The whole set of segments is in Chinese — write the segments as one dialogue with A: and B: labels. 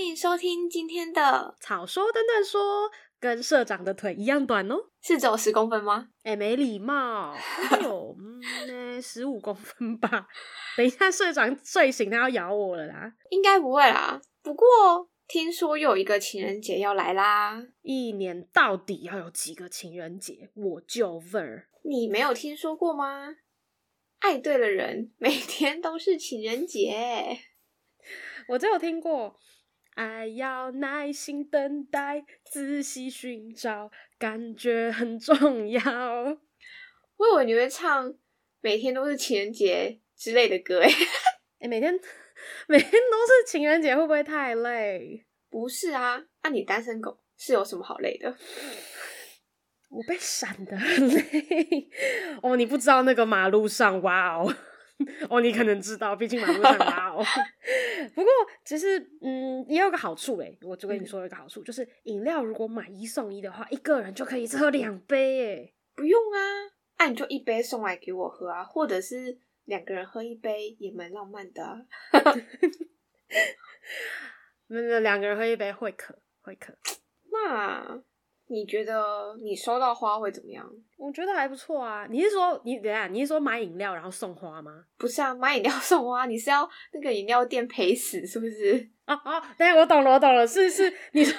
A: 迎收听今天的，
B: 草说等等说，跟社长的腿一样短哦。
A: 是只有十公分吗？
B: 哎、没礼貌，有嗯，十五公分吧。等一下，社长睡醒，他要咬我了啦！
A: 应该不会啦。不过听说有一个情人节要来啦，
B: 一年到底要有几个情人节？我就问儿，
A: 你没有听说过吗？爱对了人，每天都是情人节。
B: 我只有听过，爱要耐心等待，仔细寻找，感觉很重要。
A: 我以为你会唱《每天都是情人节》之类的歌诶，
B: 哎、每天 每天都是情人节，会不会太累？
A: 不是啊，那、你单身狗是有什么好累的？
B: 我被闪的很累。哦，你不知道那个马路上，哇哦！哦，你可能知道，毕竟马路上哇哦。 不过其实，嗯，也有个好处嘞，我就跟你
A: 嗯
B: 说有一个好处，就是饮料如果买一送一的话，一个人就可以一次喝两杯欸诶。
A: 不用啊，那、你就一杯送来给我喝啊，或者是两个人喝一杯也蛮浪漫的啊、
B: 那那两个人喝一杯会渴，会渴，
A: 那你觉得你收到花会怎么样？
B: 我觉得还不错啊。你是说你等一下你是说买饮料然后送花吗？
A: 不是啊，买饮料送花，你是要那个饮料店赔死是不是？
B: 哦哦，等一下我懂了，我懂了，是是，你说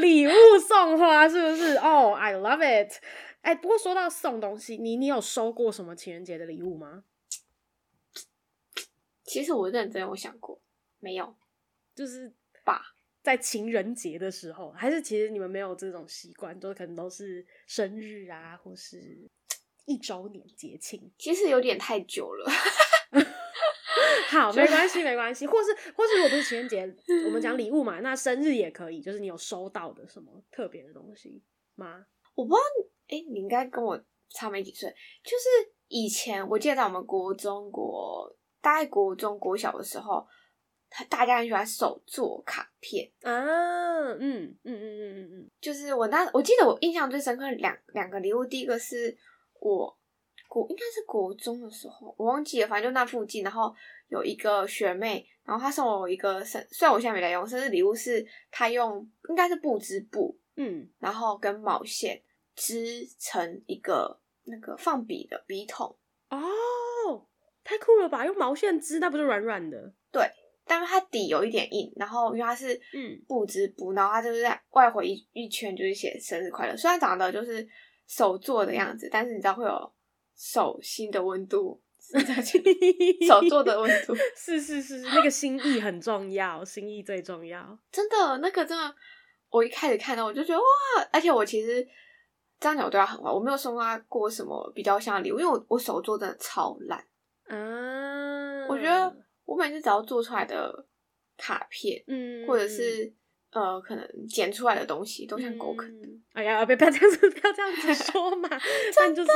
B: 礼物送花是不是？哦、i love it。哎，不过说到送东西，你你有收过什么情人节的礼物吗？
A: 其实我认真有想过，没有。
B: 就是
A: 吧，
B: 在情人节的时候，还是其实你们没有这种习惯，都可能都是生日啊，或是一周年节庆。
A: 其实有点太久了，
B: 好，
A: 就
B: 没关系，没关系。或是或是，如果不是情人节，我们讲礼物嘛，那生日也可以，就是你有收到的什么特别的东西吗？
A: 我不知道你。哎、你应该跟我差没几岁。就是以前我记得在我们国中国，大概国中国小的时候，他大家很喜欢手做卡片。
B: 啊，嗯嗯嗯嗯嗯嗯，
A: 就是我那我记得我印象最深刻的两两个礼物，第一个是我国应该是国中的时候，我忘记了，反正就那附近，然后有一个学妹，然后她送我一个生，虽然我现在没在用，生日礼物是她用应该是布织布，
B: 嗯，
A: 然后跟毛线织成一个那个放笔的笔筒，
B: 哦，太酷了吧！用毛线织，那不是软软 的？
A: 但是它底有一点硬，然后因为它是
B: 嗯
A: 布织布，然后它就是在外回一一圈就是写生日快乐，虽然长得就是手做的样子，但是你知道会有手心的温度， 手做的温度，
B: 是是是是，那个心意很重要，心意最重要。
A: 真的那个真的，我一开始看到我就觉得哇，而且我其实这样讲我对他很坏，我没有送他过什么比较像的礼物，因为我我手做真的超烂，
B: 啊，
A: 我觉得我每次只要做出来的卡片
B: 嗯，
A: 或者是。呃，可能剪出来的东西都像狗啃
B: 啃。哎呀，不要这样子，不要这样子说 嘛，但就是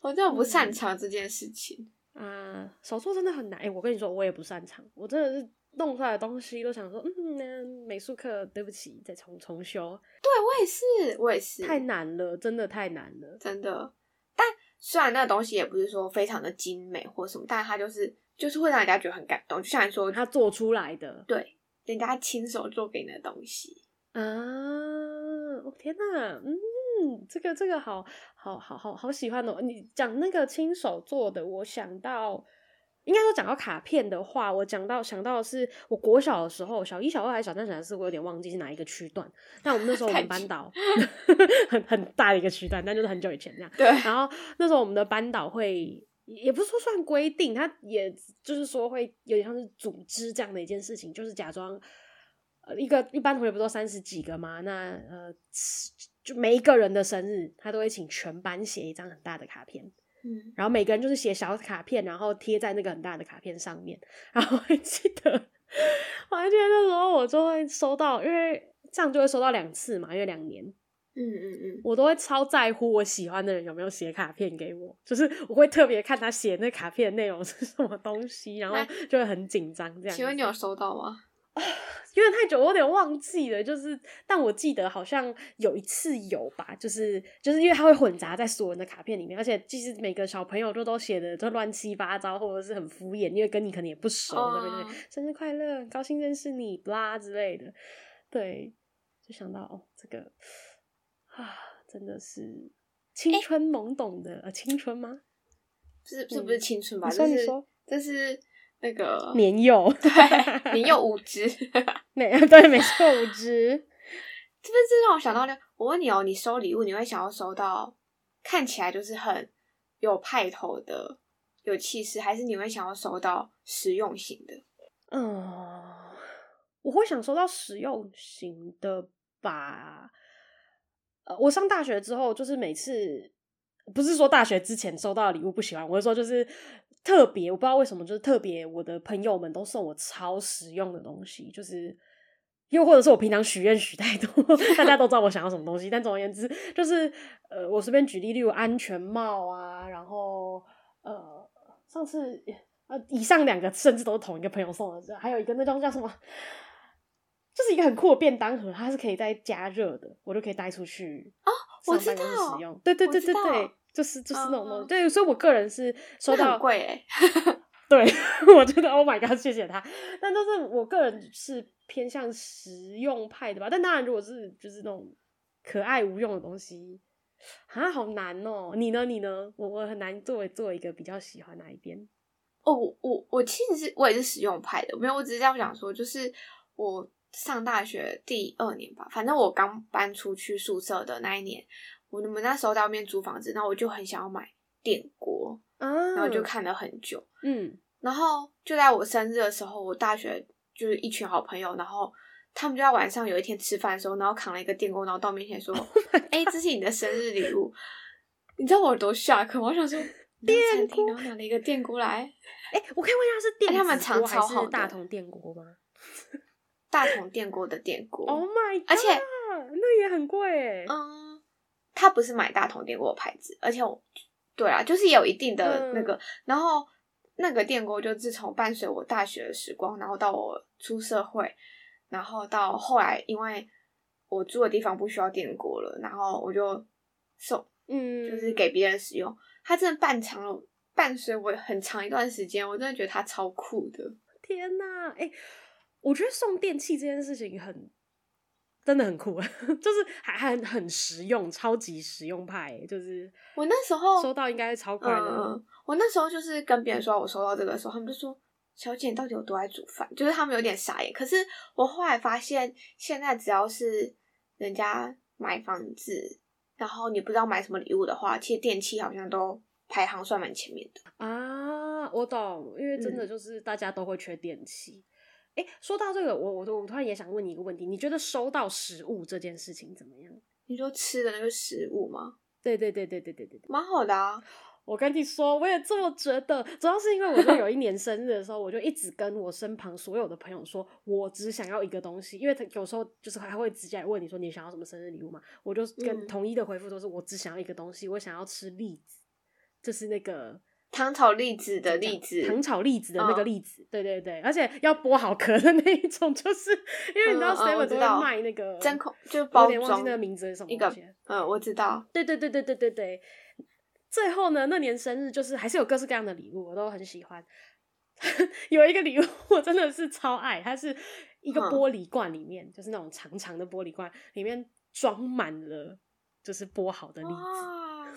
A: 我真的不擅
B: 嗯
A: 长这件事情。
B: 啊，手作真的很难。哎、我跟你说，我也不擅长，我真的是弄出来的东西都想说，嗯，那美术课对不起，再重重修，
A: 对我也是，我也是，
B: 太难了，真的太难了。
A: 真的。但虽然那个东西也不是说非常的精美或什么，但它就是就是会让人家觉得很感动，就像你说，
B: 他做出来的
A: 对人家亲手做给你的东西，
B: 啊，我、天哪，嗯，这个这个好好好好好喜欢哦。你讲那个亲手做的，我想到。应该说讲到卡片的话，我讲到想到的是我国小的时候，小一、小二还是小三、小四，我有点忘记是哪一个区段。但我们那时候我
A: 太
B: 们班
A: 久
B: 导很很大的一个区段，但就是很久以前这样。
A: 对，
B: 然后那时候我们的班导会，也不是说算规定，他也就是说会有点像是组织这样的一件事情，就是假装呃一个一般同学不都三十几个嘛，那呃就每一个人的生日，他都会请全班写一张很大的卡片，
A: 嗯，
B: 然后每个人就是写小卡片，然后贴在那个很大的卡片上面。 然后我还记得，我还记得那时候我就会收到，因为这样就会收到两次嘛，因为两年。
A: 嗯嗯嗯，
B: 我都会超在乎我喜欢的人有没有写卡片给我，就是我会特别看他写那卡片的内容是什么东西，然后
A: 那嗯
B: 就会很紧张这样子。
A: 请问你有收到吗？
B: 有点太久，我有点忘记了。就是，但我记得好像有一次有吧，就是就是因为它会混杂在所有人的卡片里面，而且其实每个小朋友就都写的都乱七八糟，或者是很敷衍，因为跟你可能也不熟，对不对？
A: 嗯
B: 生日快乐，很高兴认识你，啦之类的。对，就想到哦，这个啊，真的是青春懵懂的、呃，青春吗？
A: 是这不是
B: 嗯
A: 青春吧？
B: 你说
A: 这
B: 你
A: 是
B: 说
A: 这是那 个
B: 年幼，
A: 对年幼无知， 这不
B: 没对，没错，无知。
A: 是让我想到呢？我问你哦，你收礼物你会想要收到看起来就是很有派头的、有气势，还是你会想要收到实用型的？
B: 嗯，我会想收到实用型的吧。呃，我上大学之后，就是每次不是说大学之前收到的礼物不喜欢，我是说就是特别，我不知道为什么，就是特别我的朋友们都送我超实用的东西，就是。又或者是我平常许愿许太多，大家都知道我想要什么东西。但总而言之，就是呃，我随便举例，例如安全帽啊，然后呃，上次呃，以上两个甚至都是同一个朋友送的，还有一个那张叫什么，就是一个很酷的便当盒，它是可以再加热的，我就可以带出去哦，
A: 我知
B: 上办公室
A: 道
B: 使用。对对
A: 我
B: 对
A: 知
B: 对
A: 道
B: 对，就是就是那种东
A: 嗯
B: 西。对，所以我个人是收
A: 那
B: 到
A: 很贵哎、
B: 对， 我觉得 Oh my God，谢谢他。但就是我个人是偏向实用派的吧。但当然，如果是就是那种可爱无用的东西，啊，好难哦。你呢？你呢？我我很难作为作为一个比较喜欢哪一边。
A: 哦，我我我其实是我也是实用派的，没有，我只是这样想说，就是我上大学第二年吧，反正我刚搬出去宿舍的那一年，我们那时候在外面租房子，然后我就很想要买电锅，
B: 啊，
A: 然后就看了很久，
B: 嗯
A: 然后就在我生日的时候，我大学就是一群好朋友，然后他们就在晚上有一天吃饭的时候，然后扛了一个电锅，然后到我面前说：“哎、这是你的生日礼物。”你知道我有多 shock 吗？我想说，电餐厅然后拿了一个电锅来。
B: 哎、我可以问一下是电
A: 哎他们
B: 子
A: 藏
B: 锅
A: 超
B: 还
A: 好
B: 是大
A: 的
B: 同电锅吗
A: 大同电锅的电锅。
B: ？Oh my god！
A: 而且
B: 那也很贵哎、
A: 嗯，他不是买大同电锅的牌子，而且我，对啊，就是有一定的那个，然后那个电锅就自从伴随我大学的时光，然后到我出社会，然后到后来，因为我住的地方不需要电锅了，然后我就送，
B: 嗯，
A: 就是给别人使用，它真的伴长了。伴随我很长一段时间，我真的觉得它超酷的。
B: 天呐，哎、我觉得送电器这件事情很，真的很酷， 就是还还很很实用，超级实用派、就是
A: 我那时候
B: 收到应该超快乐。
A: 嗯，我那时候就是跟别人说我收到这个的时候，他们就说：“小姐，你到底有多爱煮饭？”就是他们有点傻眼。可是我后来发现，现在只要是人家买房子，然后你不知道买什么礼物的话，其实电器好像都排行算蛮前面的。
B: 啊，我懂，因为真的
A: 嗯
B: 就是大家都会缺电器。哎、说到这个，我我我突然也想问你一个问题，你觉得收到食物这件事情怎么样？
A: 你说吃的那个食物吗？
B: 对对对对对对对对。
A: 蛮好的啊，
B: 我跟你说，我也这么觉得。主要是因为我在有一年生日的时候，我就一直跟我身旁所有的朋友说，我只想要一个东西。因为他有时候就是还会直接来问你说你想要什么生日礼物嘛，我就
A: 嗯
B: 跟统一的回复都是我只想要一个东西，我想要吃栗子，就是那个
A: 糖炒栗子的栗子，
B: 糖炒栗子的那个
A: 嗯
B: 栗子，对对对，而且要剥好壳的那一种，就是 因为你知
A: 嗯
B: 道
A: 嗯嗯我
B: seven
A: 知
B: 都
A: 道
B: 会卖那个
A: 真空就是
B: 我
A: 包
B: 有点忘记
A: 装
B: 那个名字是什么
A: 一个
B: 东西了
A: 嗯，我知道。
B: 对对对对对对对。最后呢，那年生日就是还是有各式各样的礼物，我都很喜欢。 有一个礼物 我真的是超爱，它是一个
A: 嗯
B: 玻璃罐，里面、就是那种长长的玻璃罐，里面装满了就是剥好的栗子。
A: 哇，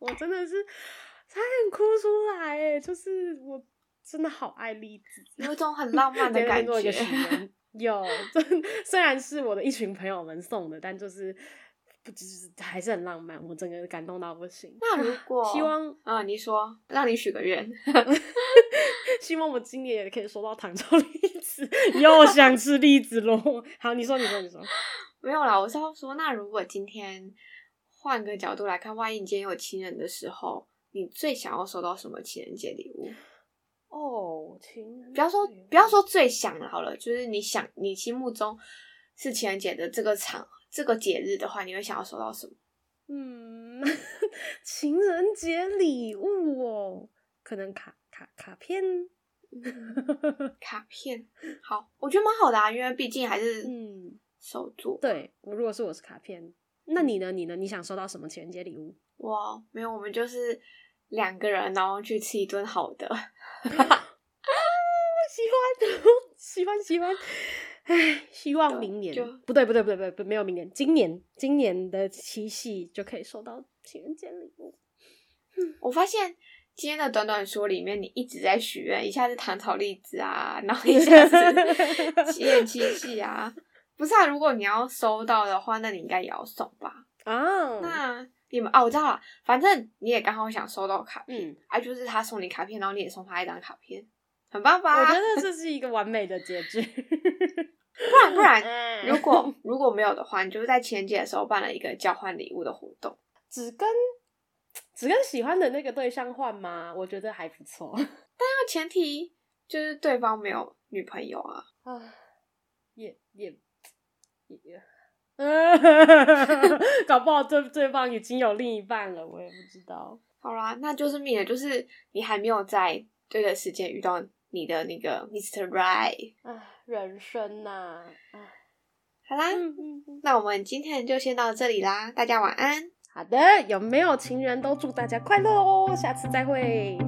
B: 我真的是差点哭出来哎，就是我真的好爱栗子。
A: 有一种很浪漫的
B: 别人
A: 感
B: 做一
A: 觉
B: 个。许愿，有，真虽然是我的一群朋友们送的，但就是不就是还是很浪漫，我整个感动到不行。
A: 那如果
B: 希望
A: 嗯，你说，让你许个愿。
B: 希望我今年也可以收到糖炒栗子，又想吃栗子喽。 好，你说你说你说，
A: 没有啦，我是要说，那如果今天换个角度来看，万一你今天有情人的时候，你最想要收到什么情人节礼物？
B: 哦，情
A: 不要说不要说最想了好了，就是你想你心目中是情人节的这个场这个节日的话，你会想要收到什么？
B: 嗯， 情人节礼物哦，可能卡卡卡片，
A: 嗯卡片，好，我觉得蛮好的啊，因为毕竟还是
B: 嗯，
A: 手作。
B: 对，我如果是我是卡片，
A: 嗯
B: 那你呢？你呢？你想收到什么情人节礼物？
A: 哇，没有，我们就是两个人，然后去吃一顿好的。
B: 喜欢，喜欢，喜欢。唉，希望
A: 对
B: 明年
A: 就
B: 不对，不对，不对，不对，不没有明年，今年，今年的七夕就可以收到情人节礼物。
A: 我发现今天的短短说里面，你一直在许愿，一下子糖炒栗子啊，然后一下 子七月七夕啊。不是啊，如果你要收到的话，那你应该也要送吧？
B: 啊，
A: 那你们啊，我知道了，反正你也刚好想收到卡片、
B: 嗯，
A: 啊，就是他送你卡片，然后你也送他一张卡片，很棒吧？
B: 我觉得这是一个完美的结 局。
A: 不然不 然，
B: 嗯
A: 如果如果没有的话，你就是在情人节的时候办了一个交换礼物的活动。
B: 只跟只跟喜欢的那个对象换吗？我觉得还不错
A: 那前提就是对方没有女朋友啊。
B: 啊，也也也， 嗯，搞不好对对方已经有另一半了，我也不知道。
A: 好啦，那就是命了，就是你还没有在对的时间遇到你的那个 Mr. Right。
B: 唉，人生呐、唉
A: 好啦，
B: 嗯嗯嗯，
A: 那我们今天就先到这里啦，大家晚安。
B: 好的，有没有情人都祝大家快乐哦，下次再会。